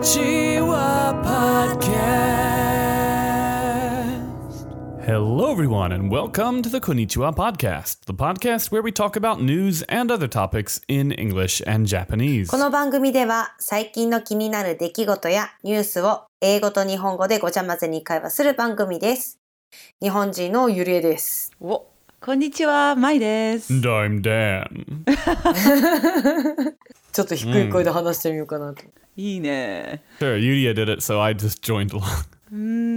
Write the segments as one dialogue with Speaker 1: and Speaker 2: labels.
Speaker 1: ちはパッケ
Speaker 2: Hello, everyone, and welcome to the Konnichiwa Podcast, the podcast where we talk about news and other topics in English and Japanese.
Speaker 3: この番組では最近の気になる出来事やニュースを英語と日本語でごちゃ混ぜに会話する番組です。日本人のゆりえ です。
Speaker 4: お、こんにちは、まいです。
Speaker 2: And I'm Dan.
Speaker 3: ちょっと低い声で話してみようかなと。
Speaker 4: いいね。
Speaker 2: Sure, Yuria did it, so I just joined along.
Speaker 4: うー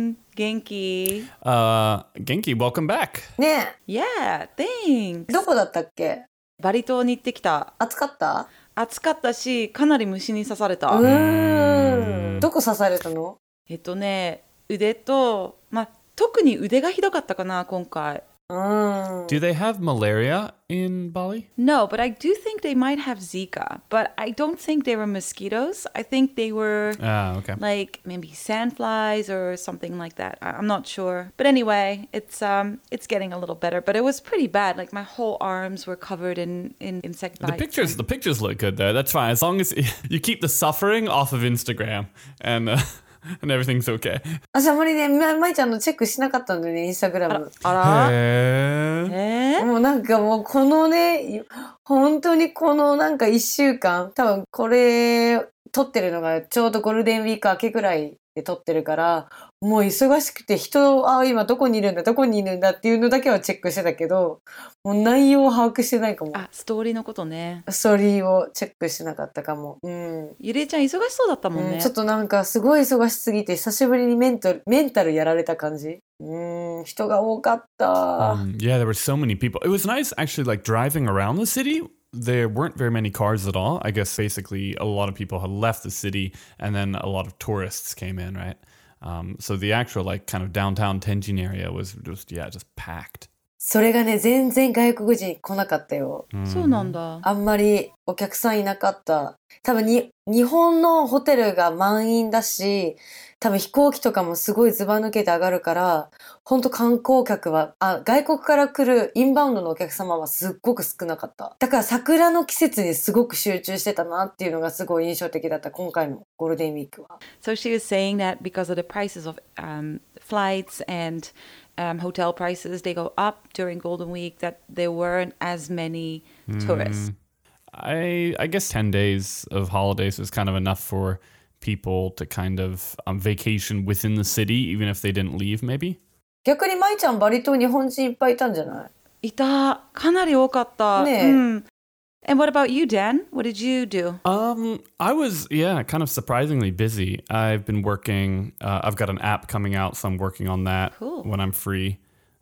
Speaker 4: ん、元気
Speaker 2: Uh, Genki, welcome back.
Speaker 3: ね
Speaker 4: ?Yeah, thanks!
Speaker 3: え、どこだったっけ
Speaker 4: バリ島に行ってきた。
Speaker 3: 暑かった
Speaker 4: 暑かったし、かなり虫に刺された。
Speaker 3: うーん。どこ刺されたの
Speaker 4: えっとね、腕と、まあ、特に腕がひどかったかな、今回。
Speaker 3: うーん。
Speaker 2: Do they have malaria in Bali?
Speaker 4: No, but I do think they might have Zika, but I don't think they were mosquitoes. I think they were
Speaker 2: Ah, okay.
Speaker 4: like maybe sandflies or something like that. I- I'm not sure. But anyway, it's um it's getting a little better, but it was pretty bad. Like my whole arms were covered in in insect
Speaker 2: The
Speaker 4: bites.
Speaker 2: pictures, the pictures look good though. That's fine as long as you keep the suffering off of Instagram and uh, and everything's okay.
Speaker 3: 私あまりね、ままいちゃんのチェックしなかったんだよね、インスタグラム。
Speaker 4: あ ら、
Speaker 2: Eh.
Speaker 4: え ー、
Speaker 3: もうなんかもうこのね、本当にこのなんか一週間、多分これ撮ってるのがちょうどゴールデンウィーク明けぐらいで撮ってるから、もう忙しくて人、あ、今どこにいるんだ、どこにいるんだっていうのだけはチェックしてたけど、もう内容を把握してないかも。
Speaker 4: あストーリーのことね。
Speaker 3: ストーリーをチェックしてなかったかも。うん。
Speaker 4: ゆりえちゃん忙しそうだったもん
Speaker 3: う
Speaker 4: ね
Speaker 3: ん。ちょっとなんかすごい忙しすぎて久しぶりにメンタルメンタルやられた感じうん人が多かった、
Speaker 2: Um, yeah, there were so many people. It was nice actually, like driving around the city. There weren't very many cars at all. I guess basically a lot of people had left the city, and then a lot of tourists came in, right? Um, so the actual like kind of downtown Tenjin area was just yeah, just packed.
Speaker 3: それがね全然外国人来なかったよ
Speaker 2: Mm.
Speaker 4: そうなんだ。
Speaker 3: あんまりお客さんいなかった多分に日本のホテルが満員だし多分飛行機とかもすごいずば抜けて上がるからほんと観光客はあ外国から来るインバウンドのお客様はすっごく少なかっただから桜の季節にすごく集中してたなっていうのがすごい印象的だった今回のゴールデンウィークは。
Speaker 4: So she was saying that because of the prices of um, flights and um, hotel prices, they go up during Golden Week. That there weren't as many tourists.
Speaker 2: I I guess ten days of holidays is kind of enough for people to kind of um, vacation within the city, even if they didn't leave. Maybe.
Speaker 3: 逆に舞ちゃんバリ島日本人いっぱいいたんじゃない
Speaker 4: いた。かなり多かった。
Speaker 3: ねえ
Speaker 4: うん。And what about you, Dan? What did you do?
Speaker 2: Um, I was yeah, kind of surprisingly busy. I've been working. Uh, I've got an app coming out, so I'm working on that
Speaker 4: Cool.
Speaker 2: when I'm free.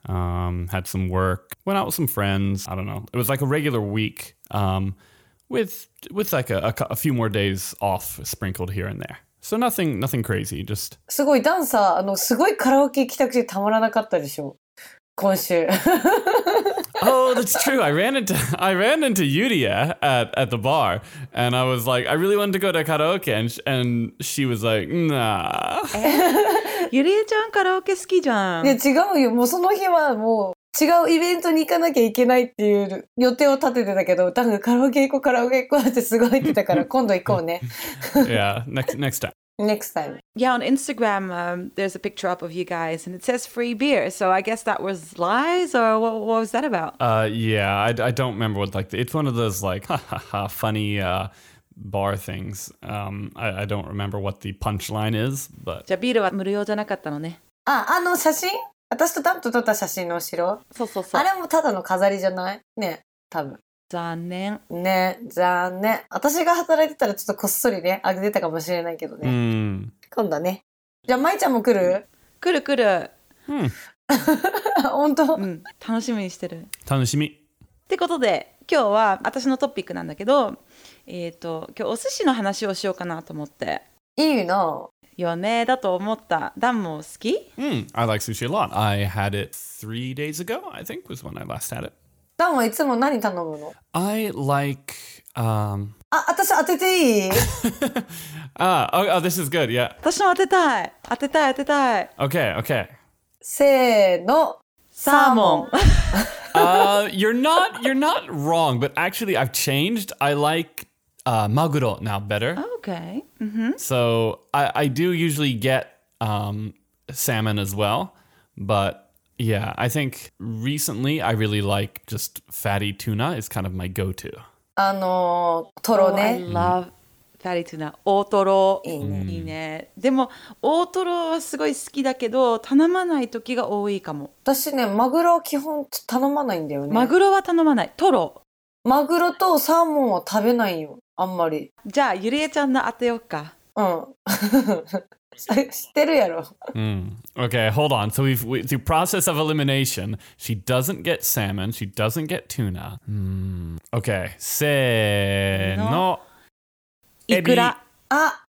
Speaker 2: Um, had some work, went out with some friends. I don't know. It was like a regular week. Um, with with like a, a cou- a few more days off sprinkled here and there. So nothing nothing crazy. Just
Speaker 3: すごいダンサーあのすごいカラオケ行きたくてたまらなかったでしょ今週
Speaker 2: oh, that's true. I ran into I ran into Yudia at, at the bar, and I was like, I really wanted to go to karaoke, and sh- and she was like, Nah.
Speaker 4: ゆりえちゃんカラオケ好きじゃん。
Speaker 3: で違うよもうその日はもう違うイベントに行かなきゃいけないっていう予定を立ててたけど多分カラオケ行こうカラオケ行こうってすごい言ってたから 今度行こうね
Speaker 2: yeah, next next time.
Speaker 3: next time
Speaker 4: Yeah, on Instagram, um, there's a picture up of you guys, and it says free beer. So I guess that was lies, or what, what was that about?
Speaker 2: Uh, yeah, I, I don't remember what like it's one of those like ha ha ha funny uh, bar things. Um, I, I don't remember what the punchline is, but
Speaker 4: じゃあビールは無料じゃなかったのね。
Speaker 3: ああの写真私とダンと撮った写真の後ろ
Speaker 4: そうそうそう
Speaker 3: あ。れもただの飾りじゃないね多分
Speaker 4: 残念。
Speaker 3: ね残念私が働いてたらちょっとこっそりねあげてたかもしれないけどね、
Speaker 2: mm.
Speaker 3: 今度ね。じゃあ、まいちゃんも来る
Speaker 4: くるくる。
Speaker 2: hmm,
Speaker 3: あ本当、
Speaker 4: うん、楽しみにしてる。
Speaker 2: 楽しみ.
Speaker 4: ってことで今日は私のトピックなんだけど、えっ、と今日お寿司の話をしようかなと思って。
Speaker 3: いいな。
Speaker 4: よねだと思った。ダンも好き
Speaker 2: Mm, I like sushi a lot. I had it three days ago. I think was when I last had it.
Speaker 3: ダンはいつも何頼むの
Speaker 2: I like um.
Speaker 3: あ、私当てていい
Speaker 2: Ah, oh, oh, this is good. Yeah.
Speaker 4: 私も当てたい当てたい当てたい
Speaker 2: Okay. Okay.
Speaker 3: せーの。
Speaker 4: サーモン
Speaker 2: Uh, you're not you're not wrong, but actually I've changed. I like uh, maguro now better.
Speaker 4: Oh, Okay. hmm
Speaker 2: So I, I do usually get um, salmon as well, but yeah, I think recently I really like just fatty tuna is kind of my go-to.
Speaker 3: あのー、トロ
Speaker 4: I
Speaker 3: ね。
Speaker 4: love タリトゥナ。大トロ。
Speaker 3: いいね
Speaker 4: いいね。でも、大トロはすごい好きだけど、頼まない時が多いかも。
Speaker 3: 私ね、マグロは基本頼まないんだよね。
Speaker 4: マグロは頼まない。トロ。
Speaker 3: マグロとサーモンは食べないよ。あんまり。
Speaker 4: じゃあ、ゆりえちゃんの当てようか。
Speaker 3: うん。知ってるやろ。
Speaker 2: Mm. Okay, hold on. So we've we, through process of elimination. She doesn't get salmon. She doesn't get tuna. Mm. Okay, se no.
Speaker 4: いくら。
Speaker 3: あ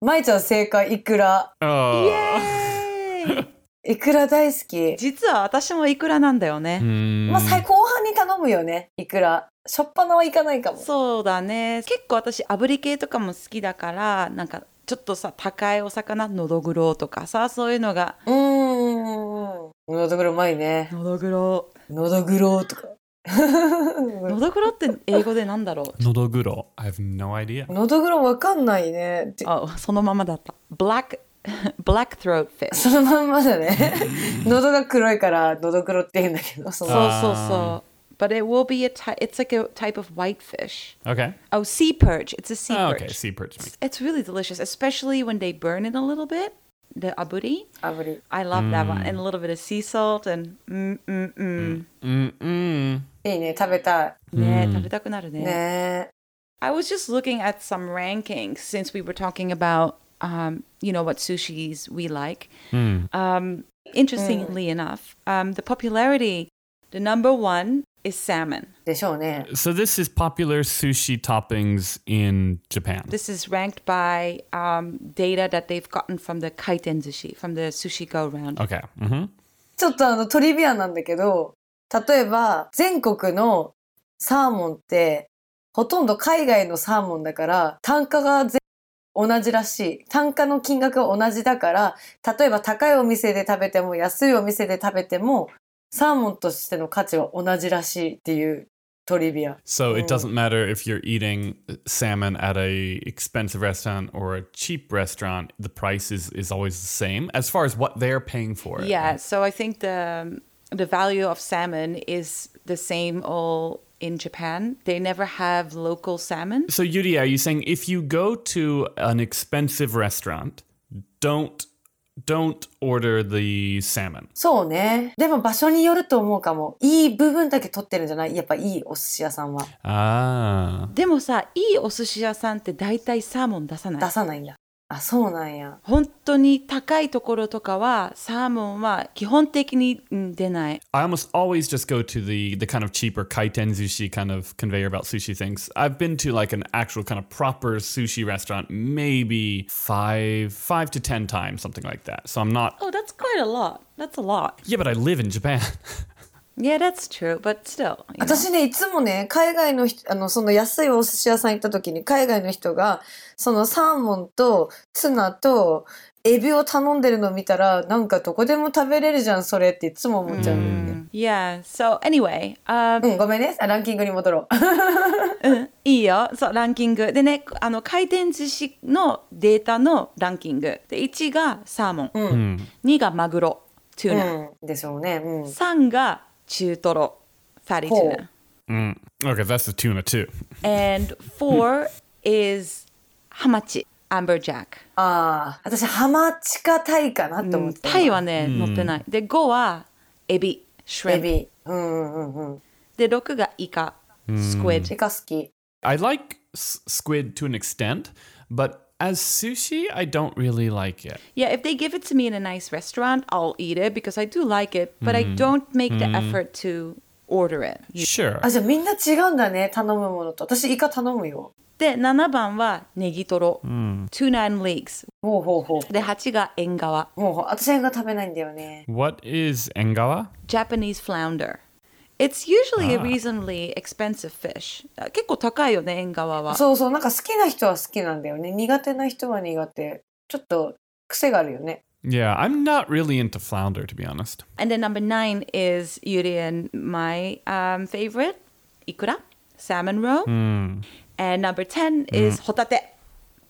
Speaker 3: まいちゃん正解、イクラ。
Speaker 4: イ
Speaker 2: Oh.
Speaker 4: エーイ
Speaker 3: イクラ大好き。
Speaker 4: 実は私もいくらなんだよね。
Speaker 2: Mm.
Speaker 3: まあ、最後半に頼むよね、イクラ。しょっぱなはいかないかも。
Speaker 4: そうだね結構私炙り系とかも好きだからなんかちょっとさ高いお魚のどぐろとかさそういうのが
Speaker 3: うーん。のどぐろうまいね。
Speaker 4: のどぐろ
Speaker 3: のどぐろ とか。
Speaker 4: のどぐろって英語でなんだろ
Speaker 2: Nodoguro. I have no idea.
Speaker 3: のどぐろわかんないね。
Speaker 4: うあそのままだったブラックブラック throat fish
Speaker 3: そのまんまだね。喉が黒いから、のどぐろって言うんだけど、そ
Speaker 4: そう
Speaker 3: の。
Speaker 4: そうそう But it will be a type, it's like a type of whitefish.
Speaker 2: Okay.
Speaker 4: Oh, sea perch. It's a sea
Speaker 2: Oh,
Speaker 4: perch.
Speaker 2: okay. Sea perch. meat.
Speaker 4: It's really delicious, especially when they burn it a little bit, the aburi.
Speaker 3: 炙り。
Speaker 4: I love that one.
Speaker 2: Mm.
Speaker 4: And a little bit of sea salt and mm, mm, mm.
Speaker 2: Mm-mm.
Speaker 3: いいね、食べたい。
Speaker 4: ね、
Speaker 2: Mm.
Speaker 4: 食べたくなるね。
Speaker 3: ね
Speaker 4: I was just looking at some rankings since we were talking about, um, you know, what sushis we like.
Speaker 2: Hmm.
Speaker 4: Um, interestingly enough, um, the popularity, the number one is salmon.
Speaker 3: でしょうね。
Speaker 2: So this is popular sushi toppings in Japan.
Speaker 4: This is ranked by um, data that they've gotten from the kaiten sushi, from the sushi go round.
Speaker 2: Okay. hmm
Speaker 3: ちょっとあのトリビアなんだけど、例えば全国のサーモンって、ほとんど海外のサーモンだから、単価が全同じらしい。単価の金額が同じだから、例えば高いお店で食べても安いお店で食べても、サーモンとしての価値は同じらしいっていうトリビア。
Speaker 2: So
Speaker 4: Oh.
Speaker 2: it doesn't matter if you're eating salmon at a expensive restaurant or a cheap restaurant. The price is, is always the same as far as what they're paying for it.
Speaker 4: Yeah, so I think the um, the value of salmon is the same all in Japan. They never have local salmon.
Speaker 2: So Yuri, are you saying if you go to an expensive restaurant, don't don't order the salmon?
Speaker 3: そうね。でも場所によると思うかも。いい部分だけ取ってるんじゃないやっぱいいお寿司屋さんは。
Speaker 2: Ah.
Speaker 4: でもさいいお寿司屋さんって大体サーモン出さな
Speaker 3: 出
Speaker 4: い
Speaker 3: さないんだ。あ、そうなんや。
Speaker 4: 本当に高いところとかはサーモンは基本的にうん出ない
Speaker 2: I almost always just go to the the kind of cheaper kaiten sushi kind of conveyor belt sushi things. I've been to like an actual kind of proper sushi restaurant maybe five five to ten times, something like that. So I'm not
Speaker 4: Oh that's quite a lot That's a lot
Speaker 2: Yeah, but I live in Japan.
Speaker 4: Yeah that's true but still you know.
Speaker 3: 私ね、いつもね、海外の人、あの、その安いお寿司屋さん行った時に、海外の人が、そのサーモンとツナとエビを頼んでるのを見たら、なんかどこでも食べれるじゃん、それっていつも思っちゃう。うん、
Speaker 4: Yeah so anyway、um,
Speaker 3: ごめんね。あランキングに戻ろう。
Speaker 4: いいよそうランキングでねあの回転寿司のデータのランキングで1がサーモン、2がマグロトゥーナ、
Speaker 3: うん。でしょうね。うん。
Speaker 4: 3が中トロファリトゥーナ
Speaker 3: ほ
Speaker 2: Mm. Okay, that's the tuna too.
Speaker 4: and four is ハマチ、アンバージャック。
Speaker 3: ああ、私、ハマチかタイかなって思ってた。
Speaker 4: タイはね、乗ってない。で、5はエビ、シュレ
Speaker 3: エ
Speaker 4: ンプ。
Speaker 3: ビ。うんうんうんうん。
Speaker 4: で、6がイカ、スクイッ
Speaker 3: イ
Speaker 4: ド。
Speaker 3: カ好き。
Speaker 2: I like s- squid to an extent, but as sushi, I don't really like it.
Speaker 4: Yeah, if they give it to me in a nice restaurant, I'll eat it because I do like it, but I don't make the effort to order it.
Speaker 2: Sure.
Speaker 3: あ、じゃあみんな違うんだね、頼むものと。私、イカ頼むよ。
Speaker 4: で、7番はネギトロ、tuna and leeks。
Speaker 3: ほうほうほう。
Speaker 4: で、8が縁側、
Speaker 3: もう、私が食べないんだよね。
Speaker 2: What is engawa?
Speaker 4: Japanese flounder。It's usually a reasonably expensive fish. 結構高いよね、縁側は。
Speaker 3: そうそう、なんか好きな人は好きなんだよね。苦手な人は苦手。ちょっと癖があるよね。
Speaker 2: Yeah, I'm not really into flounder to be honest.
Speaker 4: And then number nine is Yuri and my um, favorite, ikura, salmon roe. And number 10 is hotate,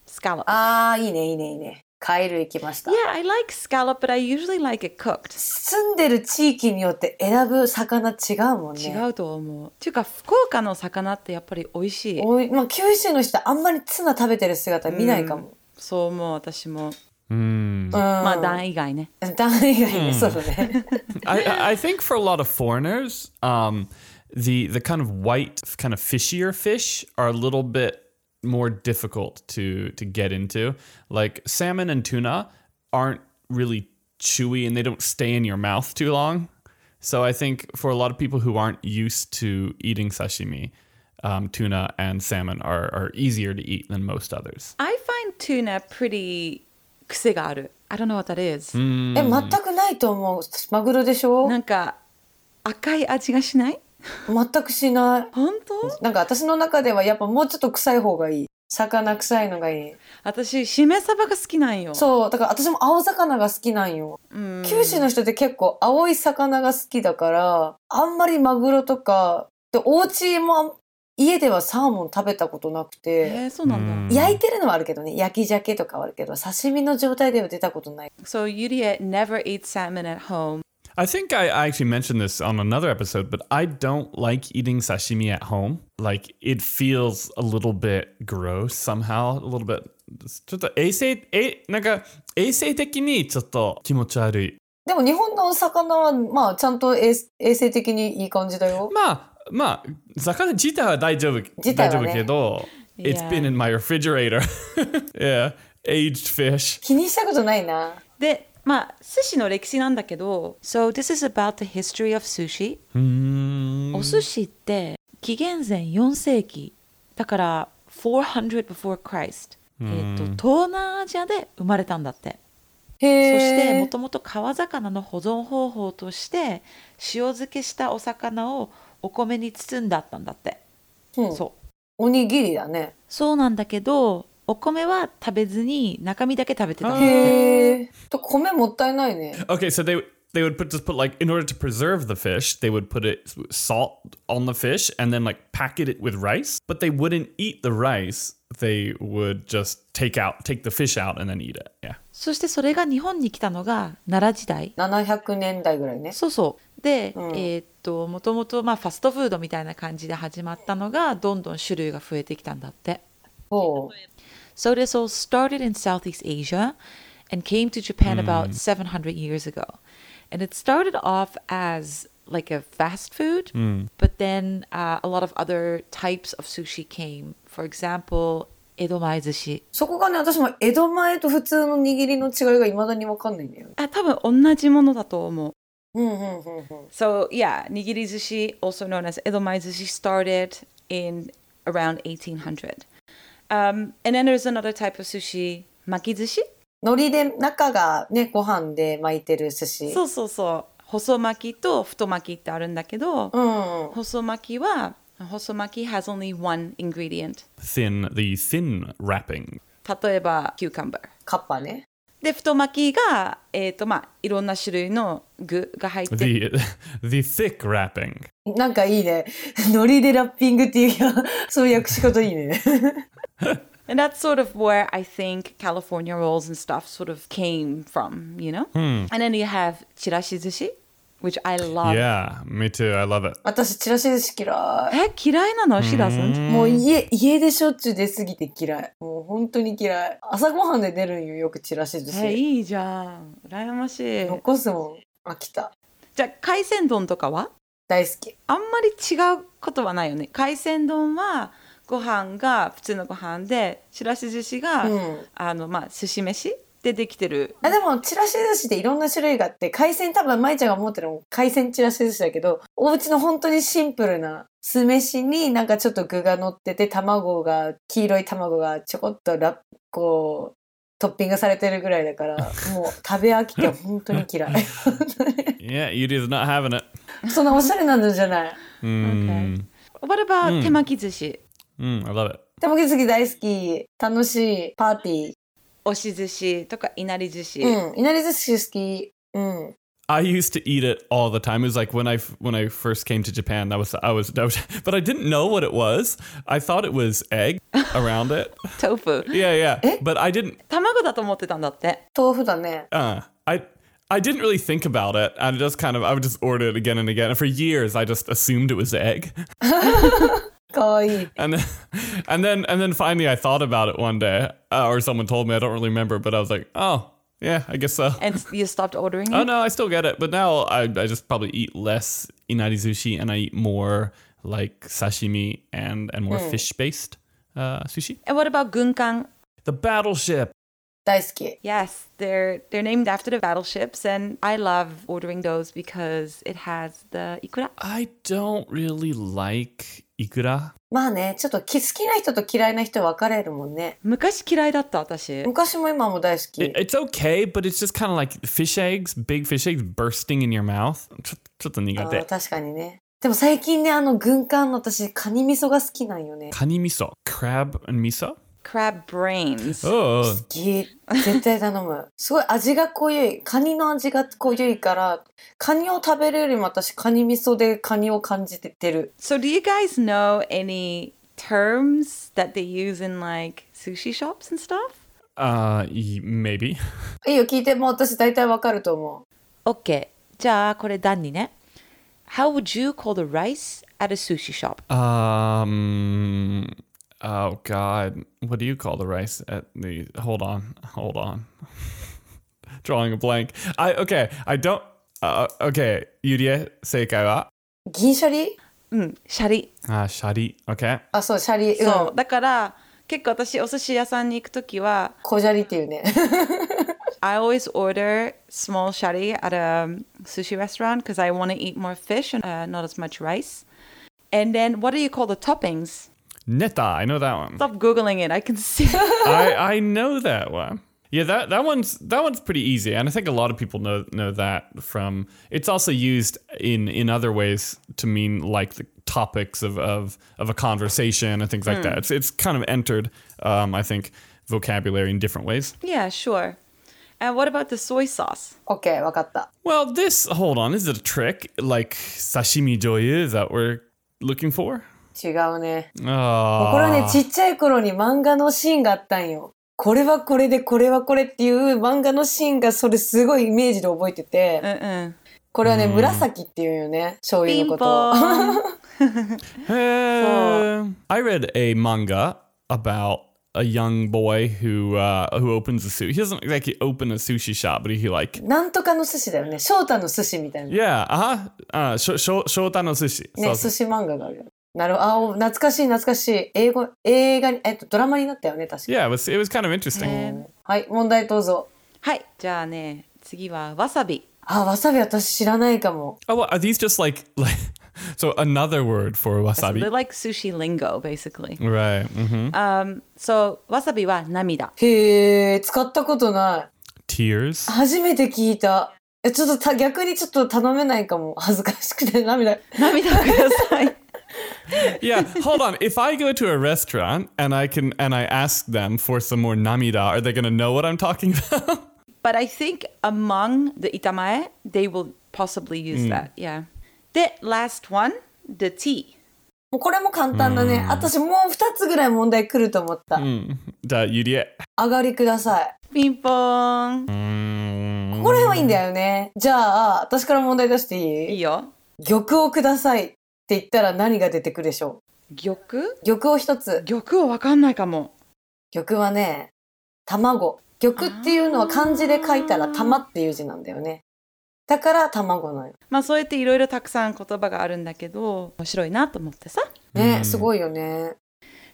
Speaker 4: scallop.
Speaker 3: ああ、いいね、いいね、いいね。カエル行きました。
Speaker 4: yeah, I like scallop, but I usually like it cooked.
Speaker 3: 住んでる地域によって選ぶ魚違うもんね。
Speaker 4: 違うと思う。っていうか、福岡の魚ってやっぱり美味しい。
Speaker 3: おいまあ、九州の人あんまりツナ食べてる姿見ないかも。
Speaker 4: そう思う、私も。
Speaker 2: Mm.
Speaker 4: まあ、段以外ね。
Speaker 3: 段以外ね、そうだね。
Speaker 2: I, I think for a lot of foreigners, um, the the kind of white, kind of fishier fish are a little bit more difficult to to get into. Like salmon and tuna aren't really chewy and they don't stay in your mouth too long. So I think for a lot of people who aren't used to eating sashimi, um, tuna and salmon are, are easier to eat than most others.
Speaker 4: I find tuna pretty 癖がある。I don't know what that is.
Speaker 3: え、全くないと思う。マグロでしょ
Speaker 4: なんか、赤い味がしない
Speaker 3: 全くしない。
Speaker 4: 本当
Speaker 3: なんか私の中ではやっぱもうちょっと臭い方がいい。魚臭いのがいい。
Speaker 4: 私、しめ鯖が好きなんよ。
Speaker 3: そう、だから私も青魚が好きなんよ。九州の人って結構青い魚が好きだから、あんまりマグロとか、で、お家も家ではサーモン食べたことなくて、
Speaker 4: えー、そうなんだ。
Speaker 3: 焼いてるのはあるけどね、焼き鮭とかはあるけど、刺身の状態では出たことない。
Speaker 4: So Yurie never eats salmon at home.
Speaker 2: I think I, I actually mentioned this on another episode, but I don't like eating sashimi at home. Like it feels a little bit gross somehow, a little bit. e, ちょっと衛生、え、なんか衛生的にちょっと気持ち悪い。
Speaker 3: でも日本のお魚は、まあ、ちゃんと衛衛生的にいい感じだよ。
Speaker 2: まあまあ魚自体は大丈夫
Speaker 3: 自
Speaker 2: 大
Speaker 3: 体
Speaker 2: 丈
Speaker 3: は
Speaker 2: 夫
Speaker 3: ね
Speaker 2: けど、It's
Speaker 4: Yeah.
Speaker 2: been in my refrigerator. yeah, aged fish.
Speaker 3: 気にしたことないな。
Speaker 4: で、まあ、寿司の歴史なんだけど、So this is about the history of sushi.
Speaker 2: Hmm.
Speaker 4: お寿司って紀元前4世紀だから400 before Christ、えー、と東南アジアで生まれたんだっ
Speaker 3: へ
Speaker 4: てそ
Speaker 3: え。
Speaker 4: してもともと川魚の保存方法として塩漬けしたお魚をお米に包んであったんだって、
Speaker 3: うん
Speaker 4: そう
Speaker 3: おにぎりだね。
Speaker 4: そうなんだけどお米は食べずに中身だけ食べてたの
Speaker 3: へえ。と、米もったいないね。
Speaker 2: Okay, so they they would put just put like in order to preserve the fish, they would put it salt on the fish and then like packet it with rice, but they wouldn't eat the rice. They would just take out take the fish out and then eat it. Yeah.
Speaker 4: そしてそれが日本に来たのが奈良時代
Speaker 3: 700年代ぐらいね。
Speaker 4: そうそうで、
Speaker 3: うん
Speaker 4: えーっともともとまあファストフードみたいな感じで始まったのがどんどん種類が増えてきたんだって
Speaker 3: ほう。
Speaker 4: So this all started in Southeast Asia and came to Japan about 700 years ago and it started off as like a fast food but then uh, a lot of other types of sushi came for example 江戸前寿司
Speaker 3: そこがね、私も江戸前と普通の握りの違いが未だにわかんないんだよね。
Speaker 4: あ多分同じものだと思う
Speaker 3: うんうんうんうん。
Speaker 4: So yeah, nigiri sushi, also known as edomai sushi, started in around 1800. Um, and then there's another type of sushi, maki sushi.
Speaker 3: 海苔で中がね、ご飯で巻いてる寿司。
Speaker 4: そうそうそう。細巻きと太巻きってあるんだけど、
Speaker 3: うんうん。
Speaker 4: 細巻きは細巻き has only one ingredient.
Speaker 2: Thin the thin wrapping.
Speaker 4: 例えば cucumber。eh,
Speaker 3: カッパね。
Speaker 4: で太巻きがえっ、とまあいろんな種類の具が入ってて
Speaker 2: The the thick wrapping.
Speaker 3: なんかいいね。 海苔でラッピングっていう、そういう訳し方いい ね。
Speaker 4: And that's sort of where I think California rolls and stuff sort of came from, you know? And then you have chirashi sushi, which I love.
Speaker 2: Yeah, me too. I love it.
Speaker 3: 私、チラシ寿司嫌い。
Speaker 4: え、嫌いなの ?She doesn't.
Speaker 3: もう家、家でしょっちゅう出すぎて嫌い。もう本当に嫌い。朝ごはんで出るんよ、よくチラシ寿
Speaker 4: え、
Speaker 3: 司。
Speaker 4: いいじゃん。羨ましい。
Speaker 3: 残すもん。飽きた。
Speaker 4: じゃあ、海鮮丼とかは
Speaker 3: 大好き。
Speaker 4: あんまり違うことはないよね。海鮮丼はご飯が普通のご飯で、白し寿司が、
Speaker 3: うん
Speaker 4: あの、まあ、寿司飯でできてる。
Speaker 3: あでも、チラシ寿司っていろんな種類があって、海鮮、多分、舞ちゃんが持ってるのも海鮮チラシ寿司だけど、お家の本当にシンプルな酢飯になんかちょっと具が乗ってて、卵が、黄色い卵がちょこっとラこう、トッピングされてるぐらいだから、もう食べ飽きて本当に 嫌い。
Speaker 2: Yeah, you is not having it.
Speaker 3: そんなおしゃれなのじゃない。
Speaker 2: Mm,
Speaker 4: What about、手巻き寿司
Speaker 2: mm, I love it.
Speaker 3: 手巻き寿司大好き。楽しい。パーティー。
Speaker 4: 押し寿司とかいなり寿司。
Speaker 3: うん。いなり寿司好き。うん。
Speaker 2: I used to eat it all the time. It was like when I f- when I first came to Japan. That was I was, that was but I didn't know what it was. I thought it was egg around it.
Speaker 4: 豆腐
Speaker 2: Yeah, yeah. But I didn't.
Speaker 4: 卵だと思ってたんだって
Speaker 3: 豆腐だね。
Speaker 2: Uh, I I didn't really think about it. I just kind of I would just order it again and again. And for years, I just assumed it was egg.
Speaker 3: かわいい。
Speaker 2: And then, and then and then finally, I thought about it one day, uh, or someone told me. I don't really remember, but I was like, oh yeah, I guess so.
Speaker 4: and you stopped ordering
Speaker 2: Oh
Speaker 4: it
Speaker 2: no, I still get it, but now I, I just probably eat less inari sushi and I eat more like sashimi and and more fish based uh, sushi.
Speaker 4: and what about 軍艦
Speaker 2: The battleship.
Speaker 3: 大好き。
Speaker 4: Yes, they're they're named after the battleships, and I love ordering those because it has the ikura.
Speaker 2: I don't really like ikura.
Speaker 3: まあね、ちょっとき好きな人と嫌いな人分かれるもんね。
Speaker 4: 昔嫌いだった私。
Speaker 3: 昔も今も大好き。
Speaker 2: It- it's okay, but it's just kind of like fish eggs, big fish eggs bursting in your mouth. ちょ,ちょっと苦手。
Speaker 3: あー確かにね。でも最近ね、あの軍艦の私、カニ味噌が好きなんよね。
Speaker 2: Kani miso, crab and miso.
Speaker 4: Crab brains.
Speaker 2: Oh,
Speaker 3: ぎ絶対頼む。 すごい味が濃ゆい。カニの味が濃ゆいから、カニを食べるよりも私、カニ味噌でカニを感じてってる。
Speaker 4: So do you guys know any terms that they use in like sushi shops and stuff?
Speaker 2: uh, y- maybe.
Speaker 3: いいよ、聞いてもう私大体わかると思
Speaker 4: Okay, じゃあこれ段にね。How would you call the rice at a sushi shop?
Speaker 2: Um. Oh God, what do you call the rice at the? Hold on, hold on. Drawing a blank. I okay. I don't. Uh, okay, Yurie seikai wa
Speaker 3: う。銀シャリ
Speaker 4: うん、シャリ。
Speaker 2: ah shari. Okay.
Speaker 3: あ、そう、シャリ。う。
Speaker 4: そうんだから結構私お寿司屋さんに行くときは
Speaker 3: 小シャリっていうね。
Speaker 4: I always order small shari at a sushi restaurant because I want to eat more fish and uh, not as much rice. And then what do you call the toppings?
Speaker 2: Neta, I know that one.
Speaker 4: Stop googling it. I can see.
Speaker 2: I I know that one. Yeah, that, that one's that one's pretty easy, and I think a lot of people know know that from. It's also used in in other ways to mean like the topics of of, of a conversation and things like that. It's it's kind of entered, um, I think, vocabulary in different ways.
Speaker 4: yeah, sure. And what about the soy sauce?
Speaker 3: OK、わかった。
Speaker 2: Well, this hold on, is it a trick like sashimi joyu that we're looking for?
Speaker 3: 違うね。
Speaker 2: Oh,
Speaker 3: これはね、ちっちゃい頃に漫画のシーンがあったんよ。これはこれで、これはこれっていう漫画のシーンが、それすごいイメージで覚えてて。
Speaker 4: Uh-uh.
Speaker 3: これはね、紫っていうよね、醤油
Speaker 4: Bing
Speaker 3: のことを。
Speaker 4: bong.
Speaker 2: Uh, I read a manga about a young boy who uh, who opens a sushi. He doesn't exactly open a sushi shop, but he like
Speaker 3: なんとかの寿司だよね。翔太の寿司みたいな。ね、
Speaker 2: yeah, uh-huh. uh sho sho shota no sushi. So I was
Speaker 3: 寿司漫画があるよ。なるほど。あお、懐かしい懐かしい。英語、映画に、えっと、ドラマになったよね、確か。
Speaker 2: yeah, it was it was kind of interesting.
Speaker 3: はい、問題どうぞ。
Speaker 4: はい。じゃあね、次はわさび。
Speaker 3: あ、わさび私知らないかも。
Speaker 2: Oh, well, are these just like like so another word for
Speaker 4: They're
Speaker 2: wasabi?
Speaker 4: like sushi lingo, basically.
Speaker 2: Right. hmm
Speaker 4: Um, so わさびは涙。
Speaker 3: へえ、使ったことな
Speaker 2: Tears.
Speaker 3: い。初めて聞いた。え、ちょっとた逆にちょっと頼めないかも。恥ずかしくて涙。
Speaker 4: 涙ください。
Speaker 2: Yeah, hold on. If I go to a restaurant and I can and I ask them for some more namida, are they gonna know what I'm talking about?
Speaker 4: But I think among the itamae, they will possibly use that. Yeah. The last one, the tea.
Speaker 3: もうこれも簡単だね。私もう2つぐらい問題来ると思った。
Speaker 2: Hmm. Da yurie.
Speaker 3: 上がりください。
Speaker 4: Ping pong.
Speaker 3: ここら辺はいいんだよね。じゃあ、私から問題出していい
Speaker 4: いいよ。
Speaker 3: 玉をくださいって言ったら何が出てくるでしょ
Speaker 4: 玉
Speaker 3: う玉を一つ
Speaker 4: 玉をわかんないかも。
Speaker 3: 玉はね卵玉っていうのは漢字で書いたら玉っていう字なんだよねだから卵なのよ
Speaker 4: まあそうやっていろいろたくさん言葉があるんだけど、面白いなと思ってさ。
Speaker 3: ね、すごいよね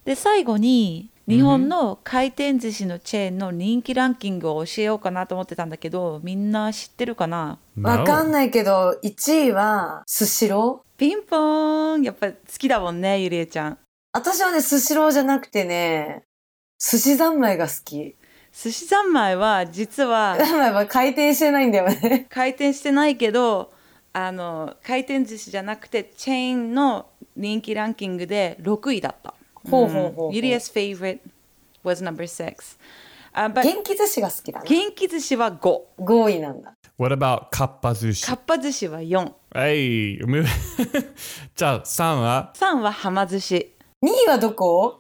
Speaker 4: で、最後に、日本の回転寿司のチェーンの人気ランキングを教えようかなと思ってたんだけど、みんな知ってるかな
Speaker 3: わかん
Speaker 2: No.
Speaker 3: ないけど1位はスシロー
Speaker 4: ピンポーンやっぱ好きだもんね、ゆりえちゃん。
Speaker 3: 私はねスシローじゃなくてね寿司三昧が好き
Speaker 4: 寿司三昧は 実は
Speaker 3: 三昧は回転してないんだよね
Speaker 4: 回転してないけどあの回転寿司じゃなくてチェーンの人気ランキングで6位だった。
Speaker 3: ほうほうほうほう
Speaker 4: Yulia's favorite was number 6. Uh, but
Speaker 3: 元気寿司が好きだな
Speaker 4: 元気寿司は5。
Speaker 3: 5位なんだ
Speaker 2: What about kappa sushi?
Speaker 4: かっぱ寿司は4。
Speaker 2: Hey, move. じゃあ3は
Speaker 4: 3ははま寿司。
Speaker 3: 2位はどこ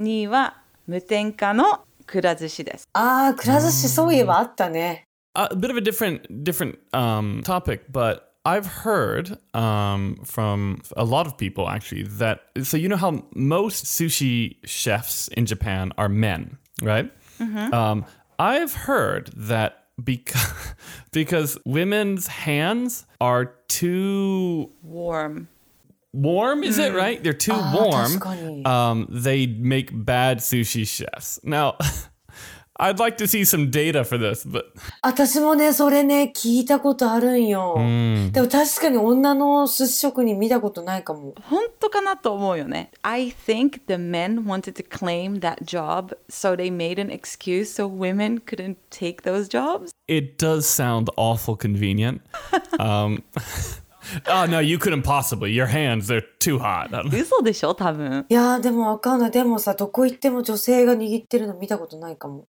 Speaker 4: 2は無添加のくら寿司です。
Speaker 3: ああ、くら寿司、そういえばあったね。
Speaker 2: a bit of a different different um, topic, but I've heard um, from a lot of people actually that so you know how most sushi chefs in Japan are men, right?
Speaker 3: Mm-hmm.
Speaker 2: Um, I've heard that because because women's hands are too
Speaker 4: warm.
Speaker 2: warm is it right they're too warm
Speaker 3: Toscani.
Speaker 2: um, they make bad sushi chefs now i'd like to see some data for this but
Speaker 3: 私もね、それね、聞いたことあるんよ。でも確かに女の寿司職人見たことないかも。
Speaker 4: 本当かなと思うよね。I think the men wanted to claim that job, so they made an excuse so women couldn't take those jobs.
Speaker 2: it does sound awful convenient um, oh no you couldn't possibly your hands they're too hot I don't-
Speaker 4: 嘘でしょ多分。
Speaker 3: いやーでもわかんない。でもさ、どこ行っても女性が握ってるの見たことないかも。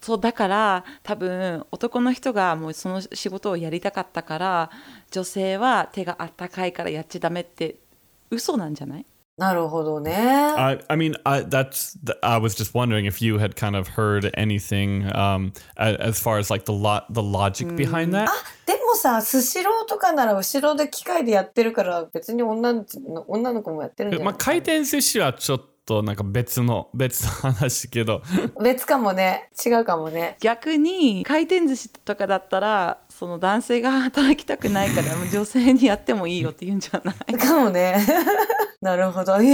Speaker 4: そうだから多分男の人がもうその仕事をやりたかったから女性は手があったかいからやっちゃダメって嘘なんじゃない
Speaker 3: なるほどね。
Speaker 2: I, I mean, I, that's. th- I was just wondering if you had kind of heard anything um, a- as far as like the lot, the logic behind that.
Speaker 3: でもさ、スシローとかなら後ろで機械でやってるから、別に女の女の子もやってるんじゃない
Speaker 2: まあ、回転寿司はちょっとなんか別の 別の話けど
Speaker 3: 別かもね。違うかもね。
Speaker 4: 逆に回転寿司とかだったらその男性が働きたくないからもう女性にやってもいいよって言うんじゃない
Speaker 3: かもね。 なるほど。へ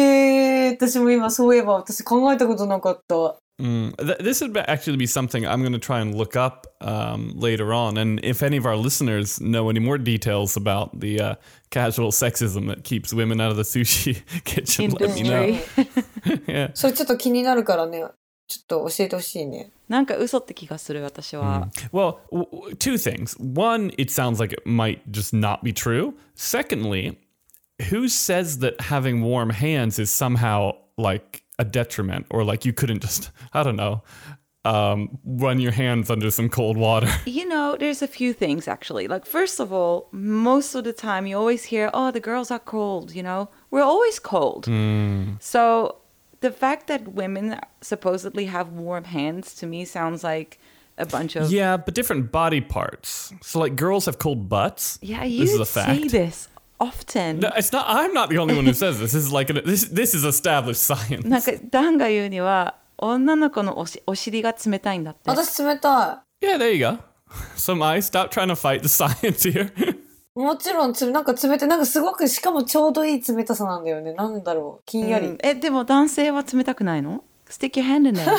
Speaker 3: え、私も今そういえば私考えたことなかった。
Speaker 2: Mm, th- this would be- actually be something I'm going to try and look up um, later on. And if any of our listeners know any more details about the uh, casual sexism that keeps women out of the sushi kitchen, let me know.
Speaker 4: Industry.
Speaker 2: yeah.
Speaker 3: それちょっと気になるからね。ちょっと教えてほしいね。
Speaker 4: なんか嘘って気がする私は、
Speaker 2: Well, w- w- two things. One, it sounds like it might just not be true. Secondly, who says that having warm hands is somehow like a detriment or like you couldn't just, I don't know, um, run your hands under some cold water?
Speaker 4: You know, there's a few things actually. Like, first of all, most of the time you always hear, oh, the girls are cold, you know? We're always cold.
Speaker 2: Hmm.
Speaker 4: So the fact that women supposedly have warm hands to me sounds like a bunch of.
Speaker 2: Yeah, but different body parts. So like girls have cold butts.
Speaker 4: Yeah, you
Speaker 2: this is a
Speaker 4: say
Speaker 2: fact.
Speaker 4: this often.
Speaker 2: No, it's not. I'm not the only one who says this. This is like an, this. This is established science.
Speaker 4: なんか、ダンが言うには、女の子のおしお尻が冷たいんだって。
Speaker 3: 私冷た
Speaker 2: Yeah, there you go. Some I stop trying to fight the science here.
Speaker 3: い。もちろんつ、なんか冷たい。なんかすごく、しかもちょうどいい冷たさなんだよね。なんだろう。ひんやり。
Speaker 4: うんえ、でも男性は冷たくないの ?Stick your hand in there.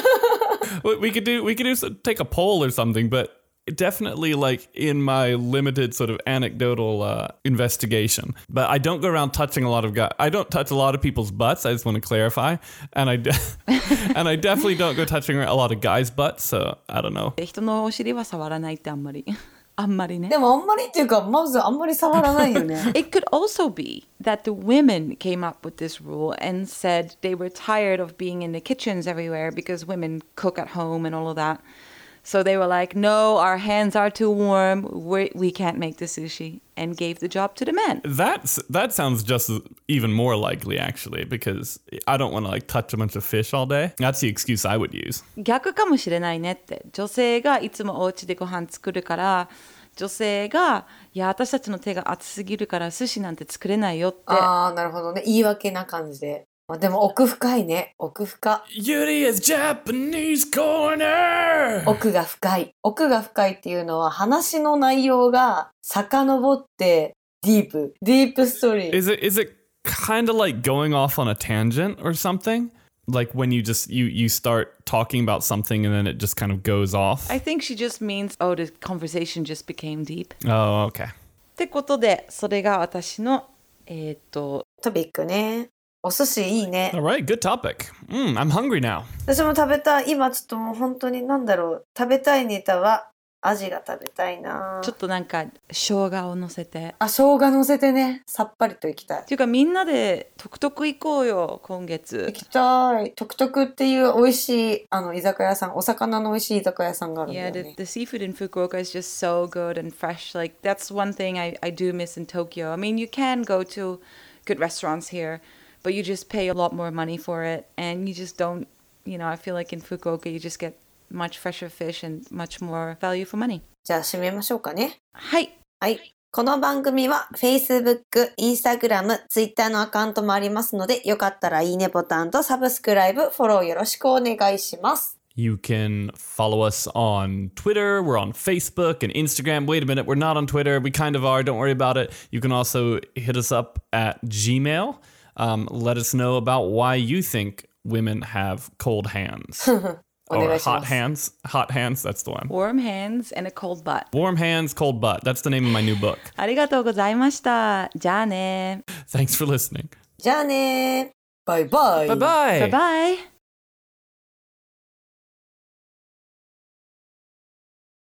Speaker 2: we we could do. We could do some- take a poll or something, but. Definitely, like in my limited sort of anecdotal uh, investigation, but I don't go around touching a lot of guys. I don't touch a lot of people's butts. I just want to clarify, and I de- and I definitely don't go touching a lot of guys' butts. So I don't know.
Speaker 4: で人のお尻は触らないってあんまり。 あんまりね。
Speaker 3: でもあんまりっていうか、まずあんまり触らないよ ね。
Speaker 4: It could also be that the women came up with this rule and said they were tired of being in the kitchens everywhere because women cook at home and all of that. So they were like, no, our hands are too warm. We're, we can't make the sushi. And gave the job to the men.
Speaker 2: That's that sounds just as- even more likely actually because I don't want to like touch a bunch of fish all day. That's the excuse I would use.
Speaker 4: 逆かもしれないねって。女性がいつもお家でご飯作るから、女性が、いや、私たちの手が熱すぎるから寿司なんて作れないよって。
Speaker 3: ああ、なるほどね。言い訳な感じで。まあ、でも奥深いね。奥深。
Speaker 2: Yuri is Japanese corner.
Speaker 3: 奥が深い。奥が深いっていうのは話の内容が遡ってディープ。ディープストーリー。
Speaker 2: Is it is it kind of like going off on a tangent or something? Like when you just you you start talking about something and then it just kind of goes off.
Speaker 4: I think she just means, oh, the conversation just became deep.
Speaker 2: oh, okay.
Speaker 4: ってことでそれが私のえーっと
Speaker 3: トピックね。お寿司いいね。
Speaker 2: All right, good topic. Mm, I'm hungry now.
Speaker 3: 私も食べたい。今ちょっともう本当に何だろう。食べたいネタはアジが食べたいな
Speaker 4: ちょっとなんか生姜を乗せて
Speaker 3: あ生姜乗せてねさっぱりといきたい
Speaker 4: っていうかみんなでトクトク行こうよ今月
Speaker 3: 行きたいトクトクっていう美味しいあの居酒屋さんお魚の美味しい居酒屋さんがあるんだ
Speaker 4: Yeah,
Speaker 3: よ
Speaker 4: the,
Speaker 3: ね
Speaker 4: the seafood in Fukuoka is just so good and fresh. Like, that's one thing I, I do miss in Tokyo. I mean, you can go to good restaurants here, but you just pay a lot more money for it. And you just don't, you know, I feel like in Fukuoka, you just get much fresher fish and much more value for money.
Speaker 3: じゃあ締めましょうかね
Speaker 4: Hi.
Speaker 3: はい。この番組は Facebook、Instagram、Twitter のアカウントもありますので、よかったらいいねボタンとサブスクライブ、フォローよろしくお願いします。
Speaker 2: You can follow us on Twitter. We're on Facebook and Instagram. Wait a minute, we're not on Twitter. We kind of are. Don't worry about it. You can also hit us up at Gmail. Um, let us know about why you think women have cold hands or
Speaker 3: お願いしま
Speaker 2: hot
Speaker 3: す。
Speaker 2: hands. Hot hands, that's the one.
Speaker 4: Warm hands and a cold butt.
Speaker 2: Warm hands, cold butt. That's the name of my new book.
Speaker 4: ありがとうございました。じゃあね。
Speaker 2: Thanks for listening.
Speaker 3: じゃあねー。バイバイ。
Speaker 2: Bye-bye.
Speaker 4: Bye bye.